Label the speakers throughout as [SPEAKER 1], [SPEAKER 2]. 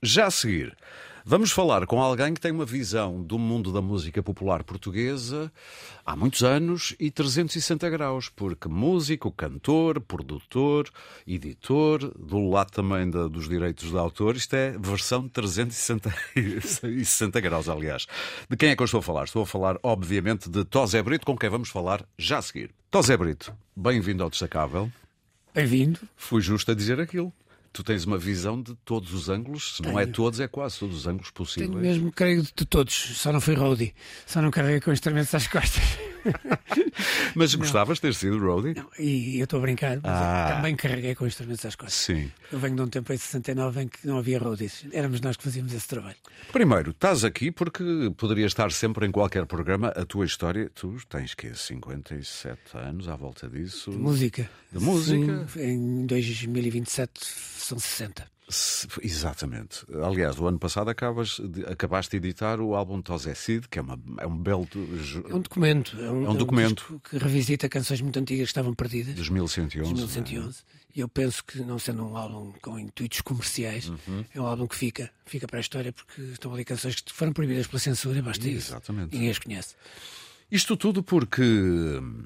[SPEAKER 1] Já a seguir, vamos falar com alguém que tem uma visão do mundo da música popular portuguesa há muitos anos e 360 graus, porque músico, cantor, produtor, editor, do lado também da- dos direitos de autor, isto é versão 360 e 60 graus, aliás. De quem é que eu estou a falar? Estou a falar, obviamente, de Tosé Brito, com quem vamos falar já a seguir. Tosé Brito, bem-vindo ao Destacável. É
[SPEAKER 2] Bem-vindo.
[SPEAKER 1] Fui justo a dizer aquilo. Tu tens uma visão de todos os ângulos, se não é todos, é quase todos os ângulos possíveis.
[SPEAKER 2] Tenho mesmo, creio, de todos. Só não fui roadie. Só não carreguei com instrumentos às costas.
[SPEAKER 1] Mas gostavas de ter sido roadie?
[SPEAKER 2] E eu estou a brincar, mas
[SPEAKER 1] Ah.
[SPEAKER 2] também carreguei com instrumentos às costas.
[SPEAKER 1] Sim.
[SPEAKER 2] Eu venho de um tempo em 69 em que não havia roadies. Éramos nós que fazíamos esse trabalho.
[SPEAKER 1] Primeiro, estás aqui porque poderias estar sempre em qualquer programa. A tua história, tu tens que 57 anos à volta disso.
[SPEAKER 2] Música.
[SPEAKER 1] De música?
[SPEAKER 2] Sim, em 2027 são 60.
[SPEAKER 1] Se- Exatamente. Aliás, o ano passado acabas de- acabaste de editar o álbum Tosé Cid, que é, uma, é um belo do- ju-
[SPEAKER 2] É um documento. É um,
[SPEAKER 1] documento.
[SPEAKER 2] disco que revisita canções muito antigas que estavam perdidas.
[SPEAKER 1] dos 1111. não é?
[SPEAKER 2] 1911. E eu penso que, não sendo um álbum com intuitos comerciais,
[SPEAKER 1] Uhum.
[SPEAKER 2] é um álbum que fica, fica para a história, porque estão ali canções que foram proibidas pela censura, é basta isso.
[SPEAKER 1] Exatamente.
[SPEAKER 2] Ninguém as conhece.
[SPEAKER 1] Isto tudo porque hum,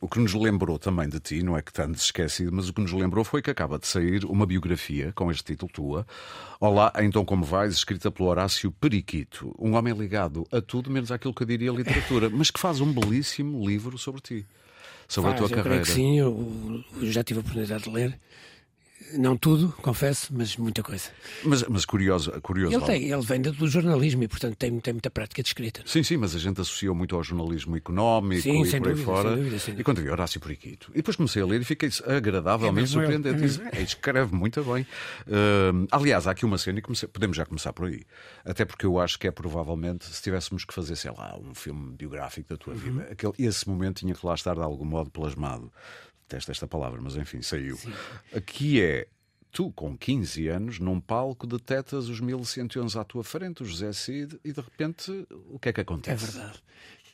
[SPEAKER 1] o que nos lembrou também de ti, não é que tanto esquecido, mas o que nos lembrou foi que acaba de sair uma biografia com este título tua. Olá, então como vais? Escrita pelo Horácio Periquito, um homem ligado a tudo menos àquilo que eu diria literatura, mas que faz um belíssimo livro sobre ti, sobre a
[SPEAKER 2] Faz,
[SPEAKER 1] tua
[SPEAKER 2] Ah, eu creio
[SPEAKER 1] carreira.
[SPEAKER 2] que sim, eu, eu já tive a oportunidade de ler. Não tudo, confesso, mas muita coisa.
[SPEAKER 1] Mas, mas curioso, curioso.
[SPEAKER 2] Ele,
[SPEAKER 1] Val-
[SPEAKER 2] tem, ele vem do jornalismo e, portanto, tem, tem muita prática de escrita.
[SPEAKER 1] Sim, sim, mas a gente associou muito ao jornalismo económico
[SPEAKER 2] Sim,
[SPEAKER 1] e
[SPEAKER 2] sem
[SPEAKER 1] por aí
[SPEAKER 2] dúvida,
[SPEAKER 1] fora.
[SPEAKER 2] sem dúvida, sem dúvida.
[SPEAKER 1] E quando vi Horácio Periquito, e depois comecei a ler e fiquei eh,
[SPEAKER 2] É
[SPEAKER 1] agradavelmente
[SPEAKER 2] mesmo ele,
[SPEAKER 1] surpreendido.
[SPEAKER 2] é
[SPEAKER 1] Diz, "É, escreve muito bem. Hum, aliás, há aqui uma cena e comecei- podemos já começar por aí. Até porque eu acho que é provavelmente, se tivéssemos que fazer, sei lá, um filme biográfico da tua vida, aquele, esse momento tinha que lá estar de algum modo plasmado. Detesto esta palavra, mas enfim, saiu. Aqui é. Tu, com 15 anos, num palco, detetas os 1111 à tua frente, o José Cid, e de repente, o que é que
[SPEAKER 2] É
[SPEAKER 1] acontece?
[SPEAKER 2] verdade.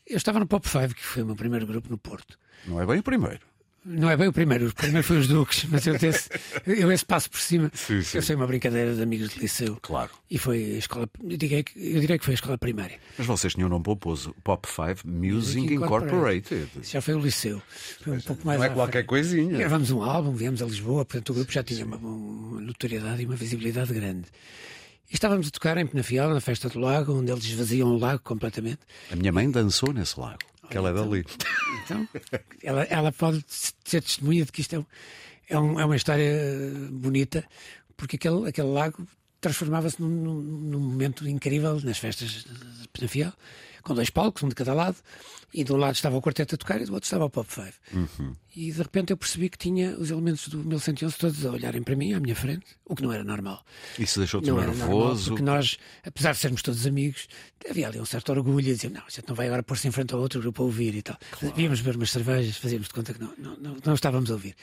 [SPEAKER 2] Eu estava no Pop 5, que foi o meu primeiro grupo no Porto.
[SPEAKER 1] Não é bem o primeiro.
[SPEAKER 2] Não é bem o primeiro, o primeiro foi os Duques, mas eu, desse, eu esse passo por cima.
[SPEAKER 1] Sim, sim.
[SPEAKER 2] Eu sei uma brincadeira de amigos de liceu.
[SPEAKER 1] Claro.
[SPEAKER 2] E foi a escola, eu diria, que- eu diria que foi a escola primária.
[SPEAKER 1] Mas vocês tinham um nome pomposo, Pop 5 Music Incorporated.
[SPEAKER 2] Isso Já foi o liceu. Foi um pouco mais
[SPEAKER 1] Não é
[SPEAKER 2] à
[SPEAKER 1] qualquer
[SPEAKER 2] frente.
[SPEAKER 1] coisinha.
[SPEAKER 2] Gravámos um álbum, viemos a Lisboa, portanto o grupo já tinha uma, uma notoriedade e uma visibilidade grande. E estávamos a tocar em Penafiel, na festa do lago, onde eles esvaziam o lago completamente.
[SPEAKER 1] A minha mãe dançou nesse lago, que ela é dali.
[SPEAKER 2] Então, ela, ela pode ser testemunha de que isto é, um- é, um- é uma história bonita, porque aquele, aquele lago transformava-se num, num- num momento incrível nas festas de Penafiel, com dois palcos, um de cada lado, e de um lado estava o quarteto a tocar e do outro estava o Pop Five. E de repente eu percebi que tinha os elementos do 1111 todos a olharem para mim, à minha frente, o que não era normal.
[SPEAKER 1] Isso deixou-te
[SPEAKER 2] Não era normal,
[SPEAKER 1] nervoso.
[SPEAKER 2] porque nós, apesar de sermos todos amigos, havia ali um certo orgulho e dizer, não, a gente não vai agora pôr-se em frente ao outro grupo a ouvir e tal. Víamos beber umas cervejas, fazíamos de conta que não, não, não, não estávamos a ouvir.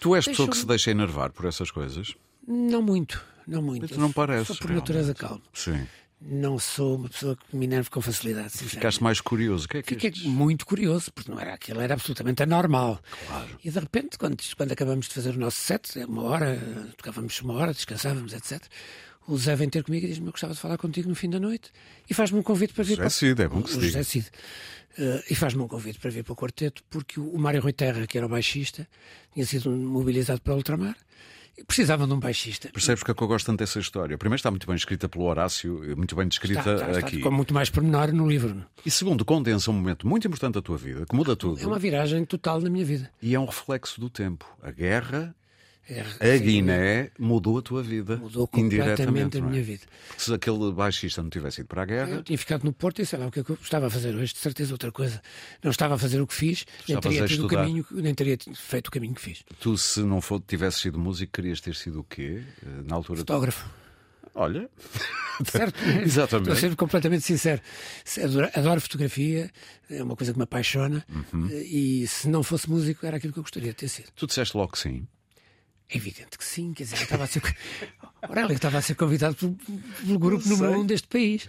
[SPEAKER 1] Tu és pessoa que se deixa enervar por essas coisas?
[SPEAKER 2] Não muito, não muito.
[SPEAKER 1] Mas Então não parece,
[SPEAKER 2] Sou por
[SPEAKER 1] realmente.
[SPEAKER 2] natureza calmo.
[SPEAKER 1] Sim.
[SPEAKER 2] Não sou uma pessoa que me enerve com facilidade, sinceramente.
[SPEAKER 1] Ficaste mais curioso. O que é que
[SPEAKER 2] Fiquei
[SPEAKER 1] estes-
[SPEAKER 2] muito curioso, porque não era aquilo, era absolutamente anormal. Claro. E de repente, quando, quando acabamos de fazer o nosso set, é uma hora, tocávamos uma hora, descansávamos, etc. O Zé vem ter comigo e diz-me: Eu gostava de falar contigo no fim da noite. E faz-me um convite para vir
[SPEAKER 1] José Cid, é bom que se
[SPEAKER 2] o José
[SPEAKER 1] diga.
[SPEAKER 2] Cid. Eh, e faz-me um convite para vir para o quarteto, porque o, o Mário Rui Terra, que era o baixista, tinha sido um, mobilizado para o ultramar e precisavam de um baixista.
[SPEAKER 1] Percebes porque é que eu gosto tanto dessa história? Primeiro, está muito bem escrita pelo Horácio, muito bem descrita
[SPEAKER 2] Está- Tá, está- está
[SPEAKER 1] aqui.
[SPEAKER 2] com muito mais pormenor no livro.
[SPEAKER 1] E segundo, condensa um momento muito importante da tua vida, que muda tudo,
[SPEAKER 2] É uma viragem total na minha vida.
[SPEAKER 1] e é um reflexo do tempo. A guerra,
[SPEAKER 2] É,
[SPEAKER 1] a Guiné, mudou a tua vida.
[SPEAKER 2] mudou completamente
[SPEAKER 1] indiretamente,
[SPEAKER 2] a
[SPEAKER 1] não é?
[SPEAKER 2] minha É. vida.
[SPEAKER 1] Porque se aquele baixista não tivesse ido para a
[SPEAKER 2] Eu
[SPEAKER 1] guerra,
[SPEAKER 2] tinha ficado no Porto e sei lá o que é que eu estava a fazer hoje, de certeza outra coisa. Não estava a fazer o que fiz, nem
[SPEAKER 1] Estavas a
[SPEAKER 2] teria, tido o
[SPEAKER 1] estudar.
[SPEAKER 2] caminho, nem teria tido- feito o caminho que fiz.
[SPEAKER 1] tu, se não for, tivesse sido músico, querias ter sido o quê? Eh, Na altura.
[SPEAKER 2] Fotógrafo,
[SPEAKER 1] Olha,
[SPEAKER 2] certo?
[SPEAKER 1] Exatamente.
[SPEAKER 2] Estou a ser completamente sincero. Se- Adoro, adoro fotografia, é uma coisa que me apaixona
[SPEAKER 1] Uhum.
[SPEAKER 2] eh, e se não fosse músico era aquilo que eu gostaria de ter sido.
[SPEAKER 1] tu disseste logo que sim.
[SPEAKER 2] É evidente que sim, quer dizer, eu estava a ser. Aurélia estava a ser convidado pelo, pelo grupo número
[SPEAKER 1] sei.
[SPEAKER 2] um deste país.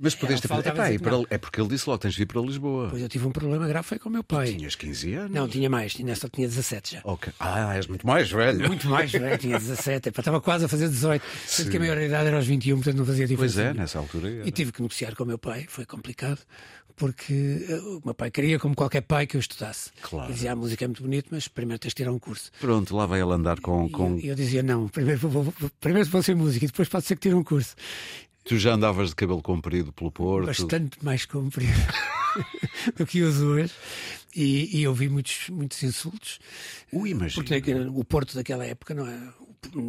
[SPEAKER 1] Mas podias ter
[SPEAKER 2] Ela
[SPEAKER 1] pedido.
[SPEAKER 2] faltava
[SPEAKER 1] "Epá,
[SPEAKER 2] dizer
[SPEAKER 1] e
[SPEAKER 2] que
[SPEAKER 1] para-
[SPEAKER 2] não.
[SPEAKER 1] É porque ele disse logo: tens de vir para Lisboa.
[SPEAKER 2] Pois eu tive um problema grave, foi com o meu pai.
[SPEAKER 1] Tinhas 15 anos.
[SPEAKER 2] Não, tinha mais, tinha, nessa tinha 17 já.
[SPEAKER 1] Ok. Ah, és muito mais é? velho.
[SPEAKER 2] Muito mais, velho, tinha 17, epá, estava quase a fazer 18. Sendo que a maioridade era aos 21, portanto não fazia diferença.
[SPEAKER 1] Pois é,
[SPEAKER 2] nenhuma.
[SPEAKER 1] nessa altura. era.
[SPEAKER 2] E tive que negociar com o meu pai, foi complicado, porque eh, o meu pai queria, como qualquer pai, que eu estudasse.
[SPEAKER 1] Claro.
[SPEAKER 2] E dizia, a música é muito bonita, mas primeiro tens de tirar um curso.
[SPEAKER 1] Pronto, lá vai ele andar com.
[SPEAKER 2] E
[SPEAKER 1] com...
[SPEAKER 2] eu, eu dizia, não, primeiro vou, vou- vou- primeiro vou ser música e depois pode ser que tire um curso.
[SPEAKER 1] Tu já andavas de cabelo comprido pelo Porto.
[SPEAKER 2] Bastante mais comprido do que uso hoje. E, e eu vi muitos, muitos insultos.
[SPEAKER 1] Ui, imagina.
[SPEAKER 2] Porque eh, o Porto daquela época não é.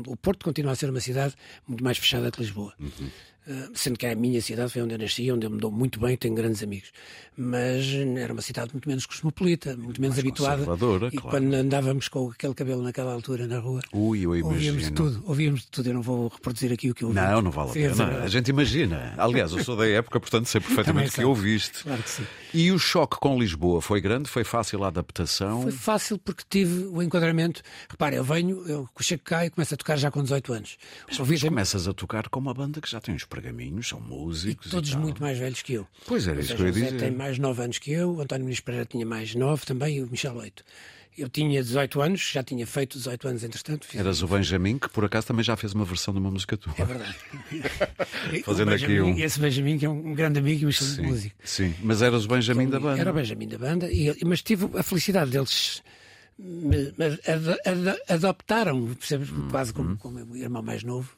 [SPEAKER 2] O Porto continua a ser uma cidade muito mais fechada que Lisboa.
[SPEAKER 1] Uhum.
[SPEAKER 2] Eh, Sendo que é a minha cidade, foi onde eu nasci, onde eu me dou muito bem, tenho grandes amigos. Mas era uma cidade muito menos cosmopolita, muito menos habituada.
[SPEAKER 1] conservadora,
[SPEAKER 2] E
[SPEAKER 1] claro.
[SPEAKER 2] quando andávamos com aquele cabelo naquela altura na rua,
[SPEAKER 1] Ui, eu
[SPEAKER 2] ouvíamos de
[SPEAKER 1] imagino.
[SPEAKER 2] tudo, ouvíamos de tudo. Eu não vou reproduzir aqui o que eu ouvi.
[SPEAKER 1] Não, não vale a
[SPEAKER 2] Seria
[SPEAKER 1] pena. A
[SPEAKER 2] desagradável.
[SPEAKER 1] gente imagina. Aliás, eu sou da época, portanto sei
[SPEAKER 2] Também
[SPEAKER 1] perfeitamente o que
[SPEAKER 2] sei.
[SPEAKER 1] ouviste.
[SPEAKER 2] Claro que sim.
[SPEAKER 1] E o choque com Lisboa foi grande? Foi fácil a adaptação?
[SPEAKER 2] Foi fácil porque tive o enquadramento. Repara, eu venho, eu chego cá e começo a tocar já com 18 anos. Os
[SPEAKER 1] Mas é
[SPEAKER 2] ouvidos
[SPEAKER 1] começas a tocar com uma banda que já tem os pergaminhos, são músicos.
[SPEAKER 2] todos
[SPEAKER 1] e tal.
[SPEAKER 2] muito mais velhos que eu.
[SPEAKER 1] Pois tá? é, era
[SPEAKER 2] Ou
[SPEAKER 1] isso que
[SPEAKER 2] seja,
[SPEAKER 1] eu ia
[SPEAKER 2] o Zé
[SPEAKER 1] dizer.
[SPEAKER 2] tem mais 9 anos que eu, o António Muniz Pereira tinha mais 9 também e o Michel 8. Eu tinha 18 anos, já tinha feito 18 anos entretanto. Fiz...
[SPEAKER 1] Eras o Benjamin, que por acaso também já fez uma versão de uma música tua.
[SPEAKER 2] É verdade. E o
[SPEAKER 1] Fazendo aqui
[SPEAKER 2] Benjamin-
[SPEAKER 1] um-
[SPEAKER 2] Esse Benjamin que é um grande amigo e um excelente
[SPEAKER 1] Sim,
[SPEAKER 2] músico.
[SPEAKER 1] Sim, mas eras o Benjamin da banda.
[SPEAKER 2] Então, Era o Benjamin da banda, e ele- mas tive a felicidade deles me- me ad- ad- adoptaram, percebes?
[SPEAKER 1] Hum,
[SPEAKER 2] Quase como, como o meu irmão mais novo.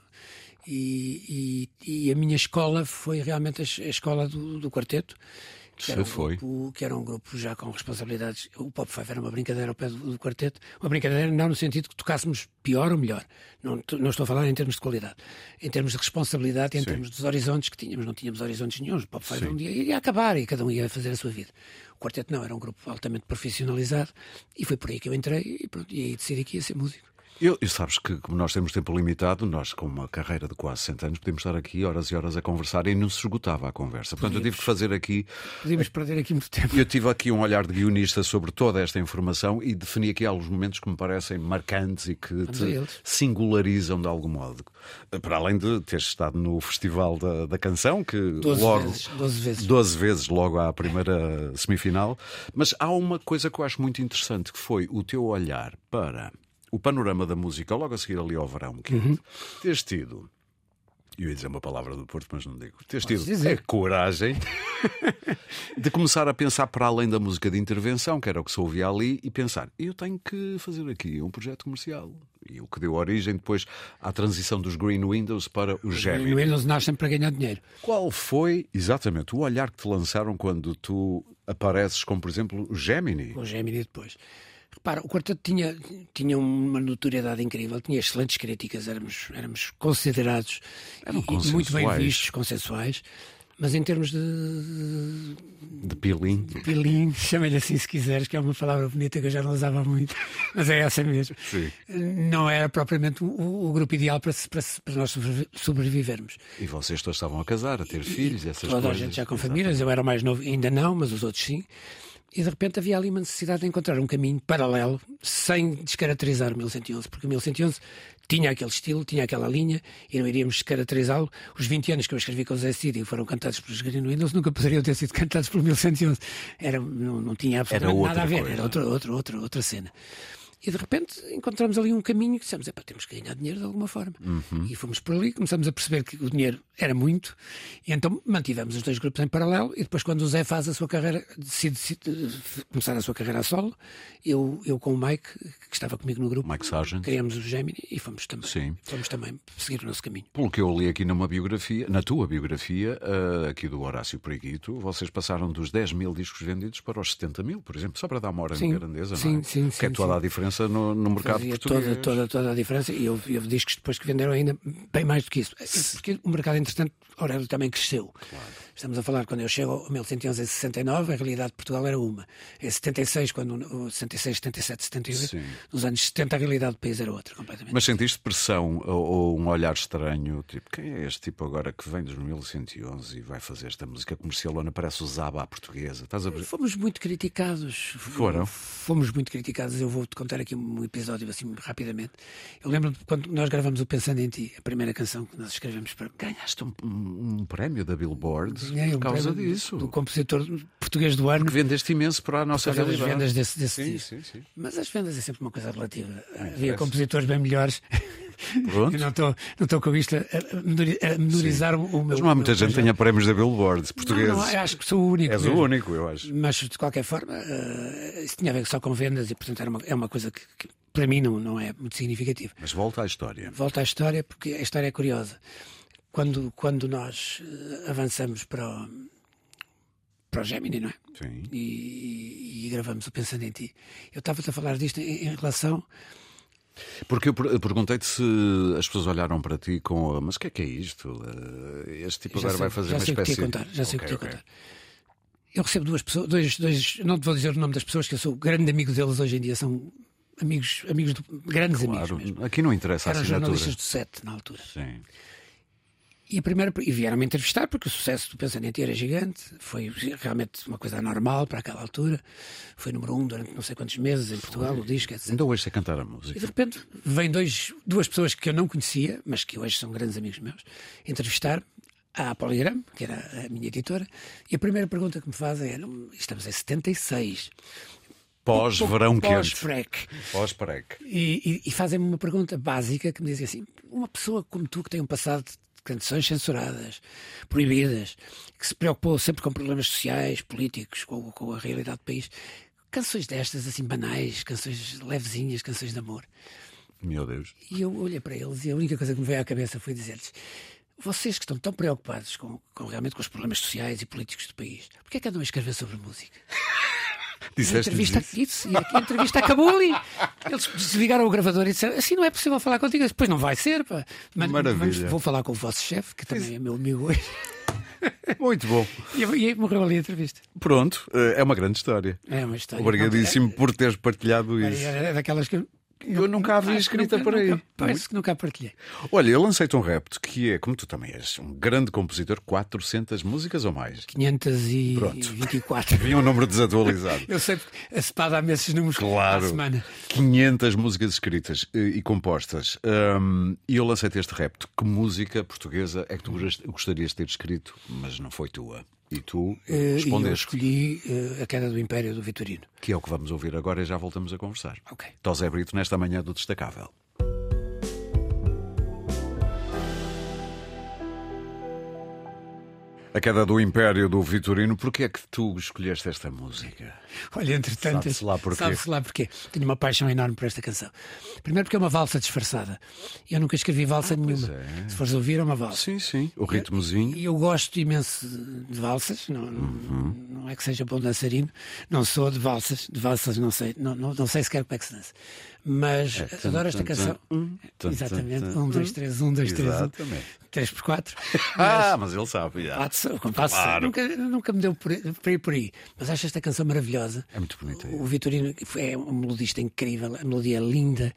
[SPEAKER 2] E, e- e a minha escola foi realmente a, es- a escola do, do quarteto. Que era, um
[SPEAKER 1] Sim, foi.
[SPEAKER 2] Grupo, que era um grupo já com responsabilidades. O Pop Five era uma brincadeira ao pé do, do quarteto. Uma brincadeira não no sentido que tocássemos pior ou melhor. Não, t- não estou a falar em termos de qualidade. Em termos de responsabilidade, e em termos dos horizontes que tínhamos. Não tínhamos horizontes nenhum. O Pop Five um dia iria acabar e cada um ia fazer a sua vida. O quarteto não, era um grupo altamente profissionalizado. E foi por aí que eu entrei e, pronto, e aí decidi que ia ser músico.
[SPEAKER 1] Eu, e sabes que, como nós temos tempo limitado, nós com uma carreira de quase 100 anos podemos estar aqui horas e horas a conversar e não se esgotava a conversa. Portanto, eu tive que fazer aqui
[SPEAKER 2] Podíamos perder aqui muito tempo.
[SPEAKER 1] Eu tive aqui um olhar de guionista sobre toda esta informação e defini aqui alguns momentos que me parecem marcantes e que
[SPEAKER 2] a
[SPEAKER 1] te
[SPEAKER 2] eles.
[SPEAKER 1] singularizam de algum modo. Para além de teres estado no Festival da, da Canção, que
[SPEAKER 2] 12
[SPEAKER 1] logo.
[SPEAKER 2] vezes. 12 vezes.
[SPEAKER 1] 12 vezes logo à primeira semifinal. Mas há uma coisa que eu acho muito interessante que foi o teu olhar para o panorama da música logo a seguir ali ao verão quente.
[SPEAKER 2] Uhum.
[SPEAKER 1] Teres tido. Eu ia dizer uma palavra do Porto, mas não digo. Teres tido
[SPEAKER 2] dizer.
[SPEAKER 1] a coragem de começar a pensar para além da música de intervenção, que era o que se ouvia ali, e pensar: eu tenho que fazer aqui um projeto comercial. E o que deu origem depois à transição dos Green Windows para o Gemini.
[SPEAKER 2] E no Windows nascem para ganhar dinheiro.
[SPEAKER 1] Qual foi exatamente o olhar que te lançaram quando tu apareces como, por exemplo, o Gemini?
[SPEAKER 2] com o Gemini depois. Repara, o quarteto tinha, tinha uma notoriedade incrível, tinha excelentes críticas, éramos, éramos considerados e- e muito bem
[SPEAKER 1] consensuais.
[SPEAKER 2] vistos, consensuais, mas em termos de
[SPEAKER 1] De Pilim?
[SPEAKER 2] pilim, chama-lhe assim se quiseres, que é uma palavra bonita que eu já não usava muito, mas é essa mesmo.
[SPEAKER 1] Sim.
[SPEAKER 2] Não era propriamente o, o grupo ideal para, se- para, se- para nós sobrevi- sobrevivermos.
[SPEAKER 1] E vocês todos estavam a casar, a ter filhos, essas
[SPEAKER 2] Toda a
[SPEAKER 1] coisas.
[SPEAKER 2] gente já com famílias, eu era o mais novo, ainda não, mas os outros sim. E de repente havia ali uma necessidade de encontrar um caminho paralelo, sem descaracterizar o 1111, porque o 1111 tinha aquele estilo, tinha aquela linha, e não iríamos descaracterizá-lo. Os 20 anos que eu escrevi com o Zé Cid e foram cantados pelos Green Windows nunca poderiam ter sido cantados pelo 1111. Era, não, não tinha absolutamente
[SPEAKER 1] outra
[SPEAKER 2] nada a ver,
[SPEAKER 1] coisa.
[SPEAKER 2] era outra, outra, outra, outra cena. E de repente encontramos ali um caminho que dissemos, "Epá, temos que ganhar dinheiro de alguma forma.
[SPEAKER 1] Uhum.
[SPEAKER 2] E fomos por ali, começamos a perceber que o dinheiro era muito, e então mantivemos os dois grupos em paralelo, e depois quando o Zé faz a sua carreira, decide, decide, eh, começar a sua carreira a solo, eu, eu com o Mike, que estava comigo no grupo,
[SPEAKER 1] Mike Sargent.
[SPEAKER 2] criamos o Gemini e fomos também.
[SPEAKER 1] Sim.
[SPEAKER 2] Fomos também seguir o nosso caminho.
[SPEAKER 1] Pelo que eu li aqui numa biografia, na tua biografia, ah, aqui do Horácio Preguito, vocês passaram dos 10 mil discos vendidos para os 70 mil, por exemplo, só para dar uma hora
[SPEAKER 2] Sim,
[SPEAKER 1] de grandeza, não
[SPEAKER 2] sim,
[SPEAKER 1] é?
[SPEAKER 2] sim,
[SPEAKER 1] que é
[SPEAKER 2] sim,
[SPEAKER 1] toda
[SPEAKER 2] sim.
[SPEAKER 1] a diferença no, no mercado
[SPEAKER 2] Fazia
[SPEAKER 1] português.
[SPEAKER 2] toda, toda, toda a diferença e houve, houve discos depois que venderam ainda bem mais do que isso. Porque o mercado, entretanto, Aurélio também cresceu. Estamos a falar quando eu chego a 1111 em 69, a realidade de Portugal era uma. É Em 76, quando 76, 77, 78,
[SPEAKER 1] Sim.
[SPEAKER 2] nos anos 70 a realidade do país era outra completamente.
[SPEAKER 1] Mas sentiste pressão ou, ou um olhar estranho, tipo, quem é este tipo agora que vem dos 1111 e vai fazer esta música comercialona? Parece o Zaba à portuguesa. Estás a ver?
[SPEAKER 2] Fomos muito criticados.
[SPEAKER 1] Foram?
[SPEAKER 2] Fomos muito criticados. Eu vou-te contar aqui um episódio assim rapidamente. Eu lembro me quando nós gravamos o Pensando em Ti, a primeira canção que nós escrevemos para
[SPEAKER 1] Ganhaste um, um- um prémio da Billboard
[SPEAKER 2] Ganhei um
[SPEAKER 1] por causa
[SPEAKER 2] prémio
[SPEAKER 1] disso.
[SPEAKER 2] do compositor português do ano.
[SPEAKER 1] Que vendeste imenso para a nossa
[SPEAKER 2] Olha, as
[SPEAKER 1] realidade.
[SPEAKER 2] vendas desse, desse
[SPEAKER 1] Sim,
[SPEAKER 2] disco.
[SPEAKER 1] sim, sim. É,
[SPEAKER 2] Mas as vendas é sempre uma coisa relativa. Havia compositores bem melhores.
[SPEAKER 1] Pronto.
[SPEAKER 2] Eu não estou não estou com isto a, a menori- a menorizar o meu.
[SPEAKER 1] Mas não há muita
[SPEAKER 2] o meu
[SPEAKER 1] gente que
[SPEAKER 2] projeto.
[SPEAKER 1] tenha prémios da Billboard
[SPEAKER 2] Não,
[SPEAKER 1] portugueses.
[SPEAKER 2] não, eu acho que sou o único.
[SPEAKER 1] És o
[SPEAKER 2] mesmo.
[SPEAKER 1] único, eu acho.
[SPEAKER 2] Mas de qualquer forma, eh, isso tinha a ver só com vendas e, portanto, era uma, é uma coisa que, que para mim não, não é muito significativa.
[SPEAKER 1] Mas volta à história.
[SPEAKER 2] Volto à história, porque a história é curiosa. Quando, quando nós eh, avançamos para o, para o Gemini, não é?
[SPEAKER 1] Sim.
[SPEAKER 2] E, e gravamos o Pensando em Ti, eu estava-te a falar disto em, em relação.
[SPEAKER 1] Porque eu per- eu perguntei-te se as pessoas olharam para ti com a, mas o que é que é isto? Eh, Este tipo
[SPEAKER 2] já
[SPEAKER 1] agora
[SPEAKER 2] sei-
[SPEAKER 1] vai fazer
[SPEAKER 2] já
[SPEAKER 1] uma
[SPEAKER 2] sei o que
[SPEAKER 1] espécie.
[SPEAKER 2] te ia contar, já sei o que te ia
[SPEAKER 1] Ok, ok.
[SPEAKER 2] contar. Eu recebo duas pessoas, dois, dois, não te vou dizer o nome das pessoas, que eu sou grande amigo deles hoje em dia, são amigos, amigos do- grandes amigos mesmo.
[SPEAKER 1] Claro, aqui não interessa a
[SPEAKER 2] Eram
[SPEAKER 1] assinatura.
[SPEAKER 2] jornalistas do SET na altura.
[SPEAKER 1] Sim.
[SPEAKER 2] E, a primeira, e vieram-me entrevistar porque o sucesso do Pensando em Ti era gigante, foi realmente uma coisa anormal para aquela altura, foi número um durante não sei quantos meses em Portugal, o disco, etc.
[SPEAKER 1] Ainda Então hoje sei cantar a
[SPEAKER 2] E de
[SPEAKER 1] música.
[SPEAKER 2] repente vêm dois, duas pessoas que eu não conhecia, mas que hoje são grandes amigos meus, entrevistar à Poligram, que era a minha editora, e a primeira pergunta que me fazem é: "Não, estamos em 76,
[SPEAKER 1] Pós-verão é. quente.
[SPEAKER 2] pós-frec,
[SPEAKER 1] Pós-preque.
[SPEAKER 2] e, e- e fazem-me uma pergunta básica que me dizem assim: uma pessoa como tu que tem um passado de canções censuradas, proibidas, que se preocupou sempre com problemas sociais, políticos, com, com a realidade do país, canções destas assim banais, canções levezinhas, canções de amor.
[SPEAKER 1] Meu Deus.
[SPEAKER 2] E eu olhei para eles e a única coisa que me veio à cabeça foi dizer-lhes: vocês que estão tão preocupados com, com realmente com os problemas sociais e políticos do país, porquê é que andam a escrever sobre música? A
[SPEAKER 1] Disseste
[SPEAKER 2] entrevista,
[SPEAKER 1] isso?
[SPEAKER 2] isso, e a entrevista acabou ali. Eles desligaram o gravador e disseram: assim não é possível falar contigo. Eu disse, Pois não vai ser, pá. Mas,
[SPEAKER 1] Maravilha.
[SPEAKER 2] mas vou falar com o vosso chefe, que também é meu amigo hoje.
[SPEAKER 1] Muito bom.
[SPEAKER 2] E, eu- e aí morreu ali a entrevista.
[SPEAKER 1] Pronto, eh, é uma grande história.
[SPEAKER 2] É uma história.
[SPEAKER 1] Obrigadíssimo
[SPEAKER 2] é?
[SPEAKER 1] por teres partilhado
[SPEAKER 2] Não, É,
[SPEAKER 1] isso.
[SPEAKER 2] é, é daquelas que.
[SPEAKER 1] Eu nunca a vi é escrita por aí.
[SPEAKER 2] parece que nunca a partilhei.
[SPEAKER 1] Olha, eu lancei-te um repto que é, como tu também és um grande compositor, 400 músicas ou mais.
[SPEAKER 2] 524.
[SPEAKER 1] Vi um número desatualizado.
[SPEAKER 2] Eu sei porque a sepada há meses números à
[SPEAKER 1] Claro.
[SPEAKER 2] semana.
[SPEAKER 1] 500 músicas escritas eh, e compostas. Hum, E eu lancei-te este repto. Que música portuguesa é que tu gost- gostarias de ter escrito, mas não foi tua? E tu eh,
[SPEAKER 2] Eh, e eu
[SPEAKER 1] respondeste.
[SPEAKER 2] escolhi eh, a queda do Império do Vitorino.
[SPEAKER 1] Que é o que vamos ouvir agora e já voltamos a conversar.
[SPEAKER 2] Ok.
[SPEAKER 1] Tosé Brito, nesta manhã do Destacável. A queda do Império do Vitorino, porquê é que tu escolheste esta música?
[SPEAKER 2] Olha, entretanto,
[SPEAKER 1] Sabe-se lá porquê.
[SPEAKER 2] sabe-se lá porquê. Tenho uma paixão enorme por esta canção. Primeiro porque é uma valsa disfarçada. Eu nunca escrevi valsa
[SPEAKER 1] Ah,
[SPEAKER 2] nenhuma. Se fores ouvir, é uma valsa.
[SPEAKER 1] Sim, sim. O ritmozinho.
[SPEAKER 2] E eu gosto imenso de de valsas, não, não-
[SPEAKER 1] Uhum.
[SPEAKER 2] não é que seja bom dançarino, não sou de valsas, de valsas não sei, não, não, não sei sequer como é que se dança. Mas
[SPEAKER 1] tum,
[SPEAKER 2] adoro esta
[SPEAKER 1] É, tum,
[SPEAKER 2] canção.
[SPEAKER 1] tum, tum,
[SPEAKER 2] Exatamente,
[SPEAKER 1] tum, tum.
[SPEAKER 2] um, dois, três, um, dois, três, um,
[SPEAKER 1] Exatamente.
[SPEAKER 2] três por quatro.
[SPEAKER 1] Ah, mas ele sabe. já.
[SPEAKER 2] Passo, o compasso
[SPEAKER 1] Claro.
[SPEAKER 2] nunca, nunca me deu por, por ir por aí. Mas acho esta canção maravilhosa.
[SPEAKER 1] É muito bonita.
[SPEAKER 2] O Vitorino é um melodista incrível, a melodia é linda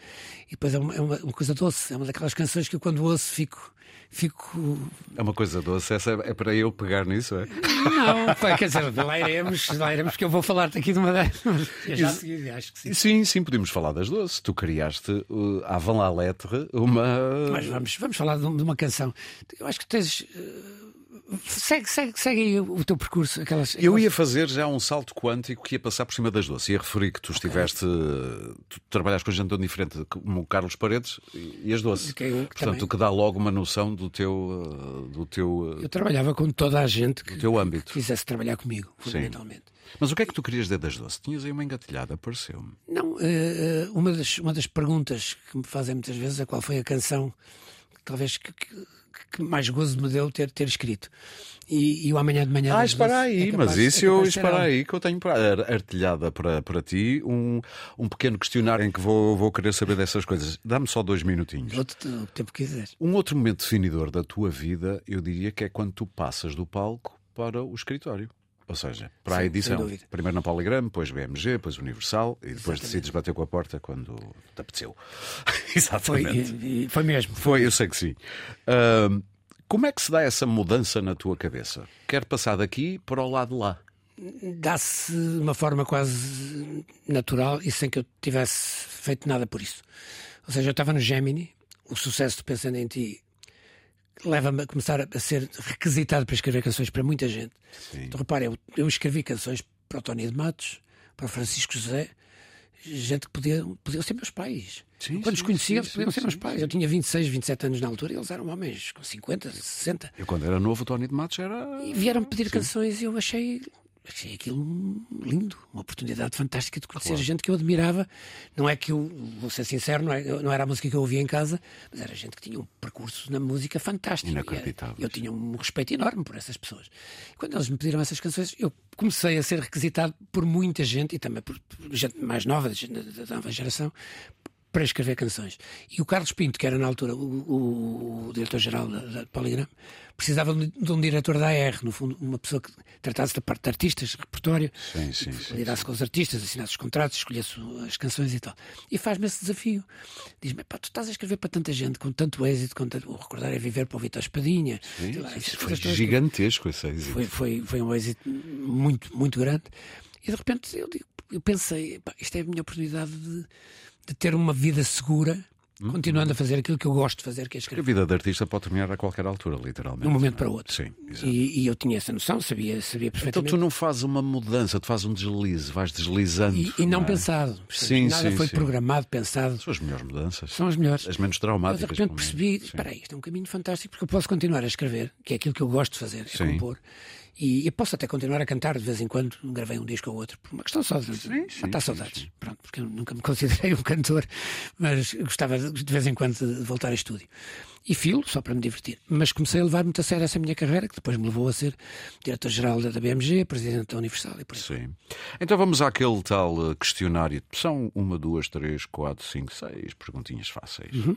[SPEAKER 2] e depois é uma, é uma- uma coisa doce. É uma daquelas canções que eu quando ouço fico. Fico.
[SPEAKER 1] É uma coisa doce, essa é para eu pegar nisso, é?
[SPEAKER 2] Não, pá, quer dizer, lá iremos, lá iremos, porque eu vou falar-te aqui de uma das. Eu já segui, acho que sim.
[SPEAKER 1] Sim, sim, podemos falar das doces. Tu criaste uh, à Van La Lettre uma.
[SPEAKER 2] Mas vamos, vamos falar de um- de uma canção. Eu acho que tens. eh, Segue, segue, segue aí o o teu percurso. Aquelas,
[SPEAKER 1] Eu ia fazer já um salto quântico que ia passar por cima das doces. Ia referir que tu estiveste. Tu trabalhaste com gente tão diferente como o Carlos Paredes e e as doces.
[SPEAKER 2] um Que eu
[SPEAKER 1] Portanto,
[SPEAKER 2] também.
[SPEAKER 1] o que dá logo uma noção do teu. uh, do teu, uh,
[SPEAKER 2] Eu trabalhava com toda a gente que
[SPEAKER 1] do teu âmbito.
[SPEAKER 2] quisesse trabalhar comigo, fundamentalmente.
[SPEAKER 1] Mas o que é que tu querias dizer das doces? Tinhas aí uma engatilhada, pareceu-me.
[SPEAKER 2] Não, eh, eh, uma, das, uma das perguntas que me fazem muitas vezes é qual foi a canção que talvez que, que- que mais gozo me deu ter, ter escrito. E, e o amanhã de manhã.
[SPEAKER 1] Ah,
[SPEAKER 2] das
[SPEAKER 1] espera
[SPEAKER 2] Doze
[SPEAKER 1] aí,
[SPEAKER 2] é capaz-
[SPEAKER 1] mas
[SPEAKER 2] é
[SPEAKER 1] isso eu
[SPEAKER 2] capaz de ser
[SPEAKER 1] espera
[SPEAKER 2] ela.
[SPEAKER 1] aí que eu tenho para- ar- artilhada para, para ti um, um pequeno questionário em que vou, vou querer saber dessas coisas. Dá-me só dois minutinhos.
[SPEAKER 2] Dou-te o tempo que quiseres.
[SPEAKER 1] Um outro momento definidor da tua vida, eu diria que é quando tu passas do palco para o escritório. Ou seja, para a
[SPEAKER 2] Sim, sem
[SPEAKER 1] edição.
[SPEAKER 2] dúvida.
[SPEAKER 1] Primeiro na Polygram, depois BMG, depois Universal e depois
[SPEAKER 2] Exatamente.
[SPEAKER 1] decides bater com a porta quando te apeteceu.
[SPEAKER 2] Foi,
[SPEAKER 1] Exatamente.
[SPEAKER 2] e- e foi mesmo.
[SPEAKER 1] Foi, eu sei que sim. Ahm, como é que se dá essa mudança na tua cabeça? Quer passar daqui para o lado de lá?
[SPEAKER 2] Dá-se de uma forma quase natural e sem que eu tivesse feito nada por isso. Ou seja, eu estava no Gemini, o sucesso do Pensando em Ti leva-me a começar a ser requisitado para escrever canções para muita gente. Então, repara, eu, eu escrevi canções para o Tony de Matos, para o Francisco José, gente que podia, podiam ser meus pais.
[SPEAKER 1] Sim,
[SPEAKER 2] Eu, Quando os
[SPEAKER 1] sim,
[SPEAKER 2] conhecia,
[SPEAKER 1] sim,
[SPEAKER 2] eles podiam
[SPEAKER 1] sim,
[SPEAKER 2] ser
[SPEAKER 1] sim,
[SPEAKER 2] meus pais. Eu tinha 26, 27 anos na altura e eles eram homens com 50, 60.
[SPEAKER 1] Eu, quando era novo, o Tony de Matos era.
[SPEAKER 2] E vieram pedir canções e eu achei, achei aquilo lindo, uma oportunidade fantástica de conhecer gente que eu admirava. Não é que eu, vou ser sincero, não, é- não era a música que eu ouvia em casa, mas era gente que tinha um percurso na música fantástico. E era-
[SPEAKER 1] Inacreditável,
[SPEAKER 2] Eu tinha um respeito enorme por essas pessoas. Quando eles me pediram essas canções, eu comecei a ser requisitado por muita gente e também por por gente mais nova, gente da da nova geração. Para escrever canções. E o Carlos Pinto, que era na altura o, o- o diretor-geral da, da Poligram, precisava de, de um diretor da AR, no fundo, uma pessoa que tratasse da parte de artistas, repertório,
[SPEAKER 1] Sim, sim, sim.
[SPEAKER 2] lidasse com os artistas, assinasse os contratos, escolhesse as canções e tal. E faz-me esse desafio. Diz-me, pá, tu estás a escrever para tanta gente, com tanto êxito, com tanto... o recordar é viver para o Vitor Espadinha.
[SPEAKER 1] Sim,
[SPEAKER 2] sei lá, essas
[SPEAKER 1] isso foi
[SPEAKER 2] coisas todas que-
[SPEAKER 1] gigantesco esse êxito.
[SPEAKER 2] foi, foi, foi um êxito muito, muito grande. E de repente eu, digo- eu pensei, "Pá, isto é a minha oportunidade de, de ter uma vida segura,
[SPEAKER 1] Hum,
[SPEAKER 2] continuando a fazer aquilo que eu gosto de fazer, que é
[SPEAKER 1] A
[SPEAKER 2] escrever.
[SPEAKER 1] vida de artista pode terminar a qualquer altura, literalmente.
[SPEAKER 2] De um momento para o outro.
[SPEAKER 1] Sim, exato.
[SPEAKER 2] E, e eu tinha essa noção, sabia, sabia
[SPEAKER 1] Então
[SPEAKER 2] perfeitamente.
[SPEAKER 1] tu não fazes uma mudança, tu fazes um deslize, vais deslizando.
[SPEAKER 2] e, e não
[SPEAKER 1] é?
[SPEAKER 2] pensado. portanto,
[SPEAKER 1] Sim,
[SPEAKER 2] Nada
[SPEAKER 1] sim,
[SPEAKER 2] foi
[SPEAKER 1] sim.
[SPEAKER 2] programado, pensado.
[SPEAKER 1] São as melhores mudanças,
[SPEAKER 2] São as melhores.
[SPEAKER 1] as menos
[SPEAKER 2] Eu de
[SPEAKER 1] traumáticas.
[SPEAKER 2] repente
[SPEAKER 1] pelo menos.
[SPEAKER 2] percebi,
[SPEAKER 1] Sim.
[SPEAKER 2] espera aí, isto é um caminho fantástico porque eu posso continuar a escrever, que é aquilo que eu gosto de fazer, é
[SPEAKER 1] Sim.
[SPEAKER 2] compor. E, e posso até continuar a cantar de vez em quando, gravei um disco ou outro, por uma questão só de
[SPEAKER 1] sim,
[SPEAKER 2] matar
[SPEAKER 1] sim,
[SPEAKER 2] saudades. Pronto, porque eu nunca me considerei um cantor, mas gostava de de vez em quando de voltar a estúdio. E filo, só para me divertir. Mas comecei a levar muito a sério essa minha carreira, que depois me levou a ser diretor-geral da da BMG, presidente da Universal e por aí.
[SPEAKER 1] Sim. Então vamos àquele tal eh, questionário. São uma, duas, três, quatro, cinco, seis perguntinhas fáceis.
[SPEAKER 2] Uhum.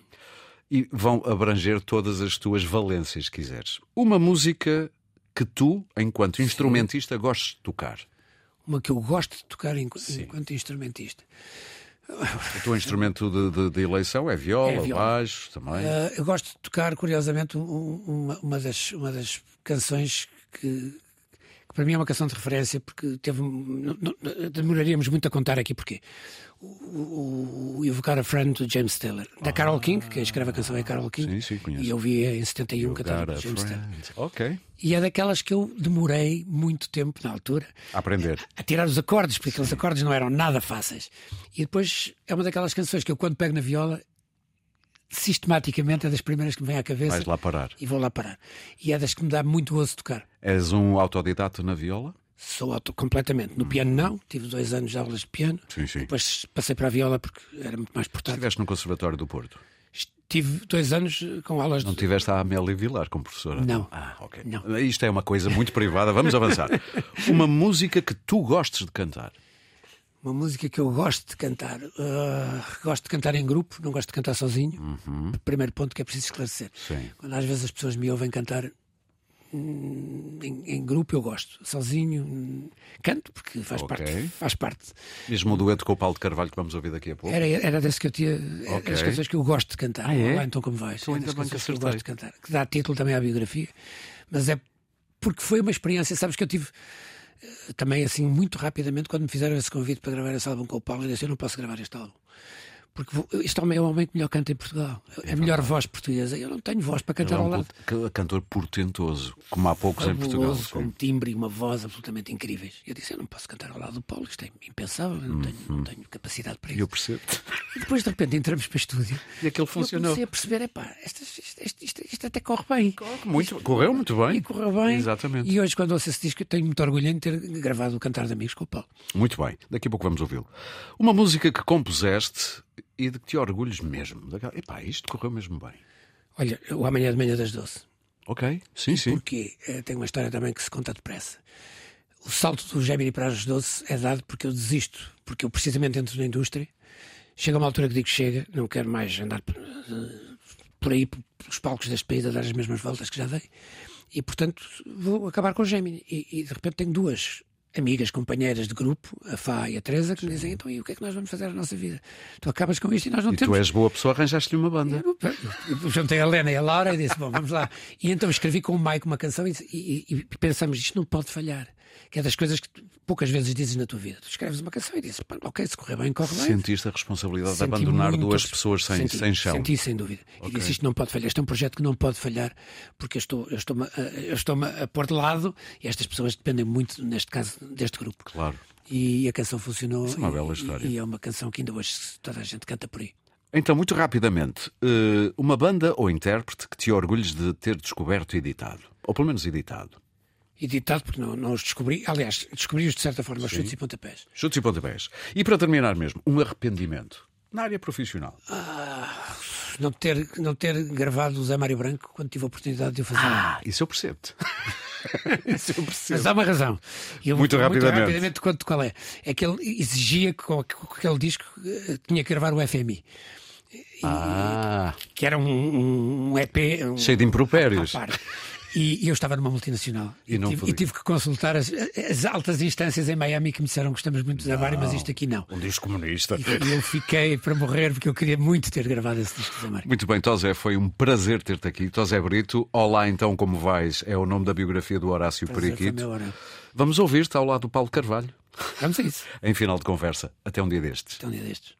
[SPEAKER 1] E vão abranger todas as tuas valências, se quiseres. Uma música que tu, enquanto instrumentista, gostes de tocar.
[SPEAKER 2] Uma que eu gosto de tocar enqu- enquanto instrumentista.
[SPEAKER 1] O teu instrumento de, de- de eleição é viola,
[SPEAKER 2] É viola.
[SPEAKER 1] baixo também.
[SPEAKER 2] Ah, eu gosto de tocar, curiosamente, um- uma, uma das, uma das canções que, que para mim é uma canção de referência, porque teve. um- não- não- demoraríamos muito a contar aqui porquê. O, o, o Evocar a Friend do James Taylor, da Carol King, quem escreve a canção é Carol King,
[SPEAKER 1] Ah. Sim, sim, conheço.
[SPEAKER 2] e eu vi em 71 cantada
[SPEAKER 1] Got a
[SPEAKER 2] por James Taylor.
[SPEAKER 1] friend. Ok.
[SPEAKER 2] E é daquelas que eu demorei muito tempo na altura
[SPEAKER 1] A aprender.
[SPEAKER 2] a tirar os acordes, porque aqueles acordes não eram nada fáceis. E depois é uma daquelas canções que eu, quando pego na viola, sistematicamente é das primeiras que me vem à cabeça
[SPEAKER 1] Vais lá parar.
[SPEAKER 2] e vou lá parar. E é das que me dá muito gozo tocar.
[SPEAKER 1] És um autodidato na viola?
[SPEAKER 2] Sou auto completamente. No piano, não. Tive dois anos de aulas de piano.
[SPEAKER 1] Sim, sim.
[SPEAKER 2] Depois passei para a viola porque era muito mais portátil.
[SPEAKER 1] Estiveste no Conservatório do Porto.
[SPEAKER 2] Tive dois anos eh, com aulas
[SPEAKER 1] Não
[SPEAKER 2] de.
[SPEAKER 1] tiveste a Amélia Vilar como professora?
[SPEAKER 2] Não.
[SPEAKER 1] Ah, ok.
[SPEAKER 2] Não.
[SPEAKER 1] Isto é uma coisa muito privada, vamos avançar. Uma música que tu gostes de cantar.
[SPEAKER 2] Uma música que eu gosto de cantar. Ah, gosto de cantar em grupo, não gosto de cantar sozinho. Primeiro ponto que é preciso esclarecer.
[SPEAKER 1] Uhum. Sim.
[SPEAKER 2] Quando às vezes as pessoas me ouvem cantar hum, em, em grupo, eu gosto. Sozinho, hum, canto, porque faz
[SPEAKER 1] Ok.
[SPEAKER 2] parte. Faz parte.
[SPEAKER 1] Mesmo o dueto com o Paulo de Carvalho que vamos ouvir daqui a pouco.
[SPEAKER 2] Era, era desse que eu tinha. era
[SPEAKER 1] Ok.
[SPEAKER 2] das canções que eu gosto de cantar.
[SPEAKER 1] Ah, é?
[SPEAKER 2] Lá então como vais.
[SPEAKER 1] Então
[SPEAKER 2] é
[SPEAKER 1] ainda
[SPEAKER 2] das
[SPEAKER 1] bem que
[SPEAKER 2] canções eu
[SPEAKER 1] acertei.
[SPEAKER 2] gosto de cantar. Que dá título também à biografia. Mas é porque foi uma experiência, sabes que eu tive. eh, Também assim, muito rapidamente, quando me fizeram esse convite para gravar esse álbum com o Paulo, eu disse: Eu não posso gravar este álbum. Porque vou- este homem é o homem que melhor canta em Portugal. É a melhor voz portuguesa. Eu não tenho voz para
[SPEAKER 1] Ele é
[SPEAKER 2] cantar ao
[SPEAKER 1] um
[SPEAKER 2] lado.
[SPEAKER 1] put- cantor portentoso, como há poucos em Portugal.
[SPEAKER 2] Fabuloso, com um timbre e uma voz absolutamente incríveis. Eu disse: Eu não posso cantar ao lado do Paulo, isto é impensável, eu não, tenho, não tenho capacidade
[SPEAKER 1] Uhum.
[SPEAKER 2] para
[SPEAKER 1] E
[SPEAKER 2] isso.
[SPEAKER 1] eu percebo.
[SPEAKER 2] E depois de repente entramos para o estúdio.
[SPEAKER 1] E aquilo funcionou.
[SPEAKER 2] Eu comecei a perceber, epá, estas- isto, isto, isto, isto até corre bem.
[SPEAKER 1] Muito, correu muito bem.
[SPEAKER 2] E correu bem.
[SPEAKER 1] Exatamente.
[SPEAKER 2] E hoje, quando ouço esse disco, eu tenho muito orgulho em ter gravado o Cantar de Amigos com o Paulo.
[SPEAKER 1] Muito bem, daqui a pouco vamos ouvi-lo. Uma música que compuseste e de que te orgulhes mesmo. Daquela... Epá, isto correu mesmo bem.
[SPEAKER 2] Olha, o Amanhã de Manhã das Doce.
[SPEAKER 1] Ok, sim, sim.
[SPEAKER 2] Porque eh, tem uma história também que se conta depressa. O salto do Gemini para as 12 é dado porque eu desisto, porque eu precisamente entro na indústria. Chega uma altura que digo chega, não quero mais andar eh, por aí, pelos palcos deste país, a dar as mesmas voltas que já dei. E, portanto, vou acabar com Gemini. E, e, de repente tenho duas amigas, companheiras de grupo, a Fá e a Teresa, que me dizem, então, e o que é que nós vamos fazer à nossa vida? Tu acabas com isto e nós não
[SPEAKER 1] E
[SPEAKER 2] temos...
[SPEAKER 1] tu és boa pessoa, arranjaste-lhe uma banda.
[SPEAKER 2] Eu- eu- eu Juntei a Helena e a Laura e disse: Bom, vamos lá. E então escrevi com o Mike uma canção e, e- e pensamos: Isto não pode falhar. Que é das coisas que tu poucas vezes dizes na tua vida. Tu escreves uma canção e dizes: pá, Ok, se correr bem, corre bem.
[SPEAKER 1] Sentiste a responsabilidade de
[SPEAKER 2] é? Senti
[SPEAKER 1] abandonar
[SPEAKER 2] muito-
[SPEAKER 1] duas pessoas sem,
[SPEAKER 2] senti,
[SPEAKER 1] sem chão.
[SPEAKER 2] Senti, sem dúvida. E disse: Isto não pode falhar. Isto é um projeto que não pode falhar porque eu estou- eu estou-me a- eu estou-me a pôr de lado e estas pessoas dependem muito, neste caso, deste grupo.
[SPEAKER 1] Claro.
[SPEAKER 2] E a canção funcionou.
[SPEAKER 1] é uma
[SPEAKER 2] e-
[SPEAKER 1] bela
[SPEAKER 2] e-
[SPEAKER 1] história.
[SPEAKER 2] E, é uma canção que ainda hoje toda a gente canta por aí.
[SPEAKER 1] Então, muito rapidamente, eh, uma banda ou intérprete que te orgulhes de ter descoberto e editado. Ou pelo menos editado.
[SPEAKER 2] editado, porque não, não os descobri. Aliás, descobri-os de certa forma, aos chutes e pontapés.
[SPEAKER 1] Chutes e pontapés. E para terminar mesmo, um arrependimento. Na área profissional.
[SPEAKER 2] Não ter, não ter gravado o Zé Mário Branco quando tive a oportunidade de o fazer.
[SPEAKER 1] Ah, isso eu percebo-te. isso eu percebo.
[SPEAKER 2] Mas há uma razão. E eu
[SPEAKER 1] Muito
[SPEAKER 2] vou-
[SPEAKER 1] rapidamente.
[SPEAKER 2] Muito rapidamente quanto qual é. É que ele exigia que com com aquele disco eh, tinha que gravar o FMI,
[SPEAKER 1] Ah,
[SPEAKER 2] que era um, um- um EP. Um,
[SPEAKER 1] cheio de impropérios.
[SPEAKER 2] à par. E, e eu estava numa multinacional
[SPEAKER 1] E não
[SPEAKER 2] tive,
[SPEAKER 1] podia.
[SPEAKER 2] e tive que consultar as, as altas instâncias em Miami que me disseram gostamos muito do Zé Mário, mas isto aqui não.
[SPEAKER 1] um disco comunista.
[SPEAKER 2] E eu fiquei para morrer porque eu queria muito ter gravado esse disco do Zé Mário.
[SPEAKER 1] Muito bem, Tosé, foi um prazer ter-te aqui. Tosé Brito, olá então, como vais? É o nome da biografia do Horácio
[SPEAKER 2] Prazer, foi
[SPEAKER 1] Periquito.
[SPEAKER 2] meu, ora.
[SPEAKER 1] Vamos ouvir-te ao lado do Paulo Carvalho,
[SPEAKER 2] Vamos a isso.
[SPEAKER 1] em final de conversa. Até um dia destes.
[SPEAKER 2] Até um dia destes.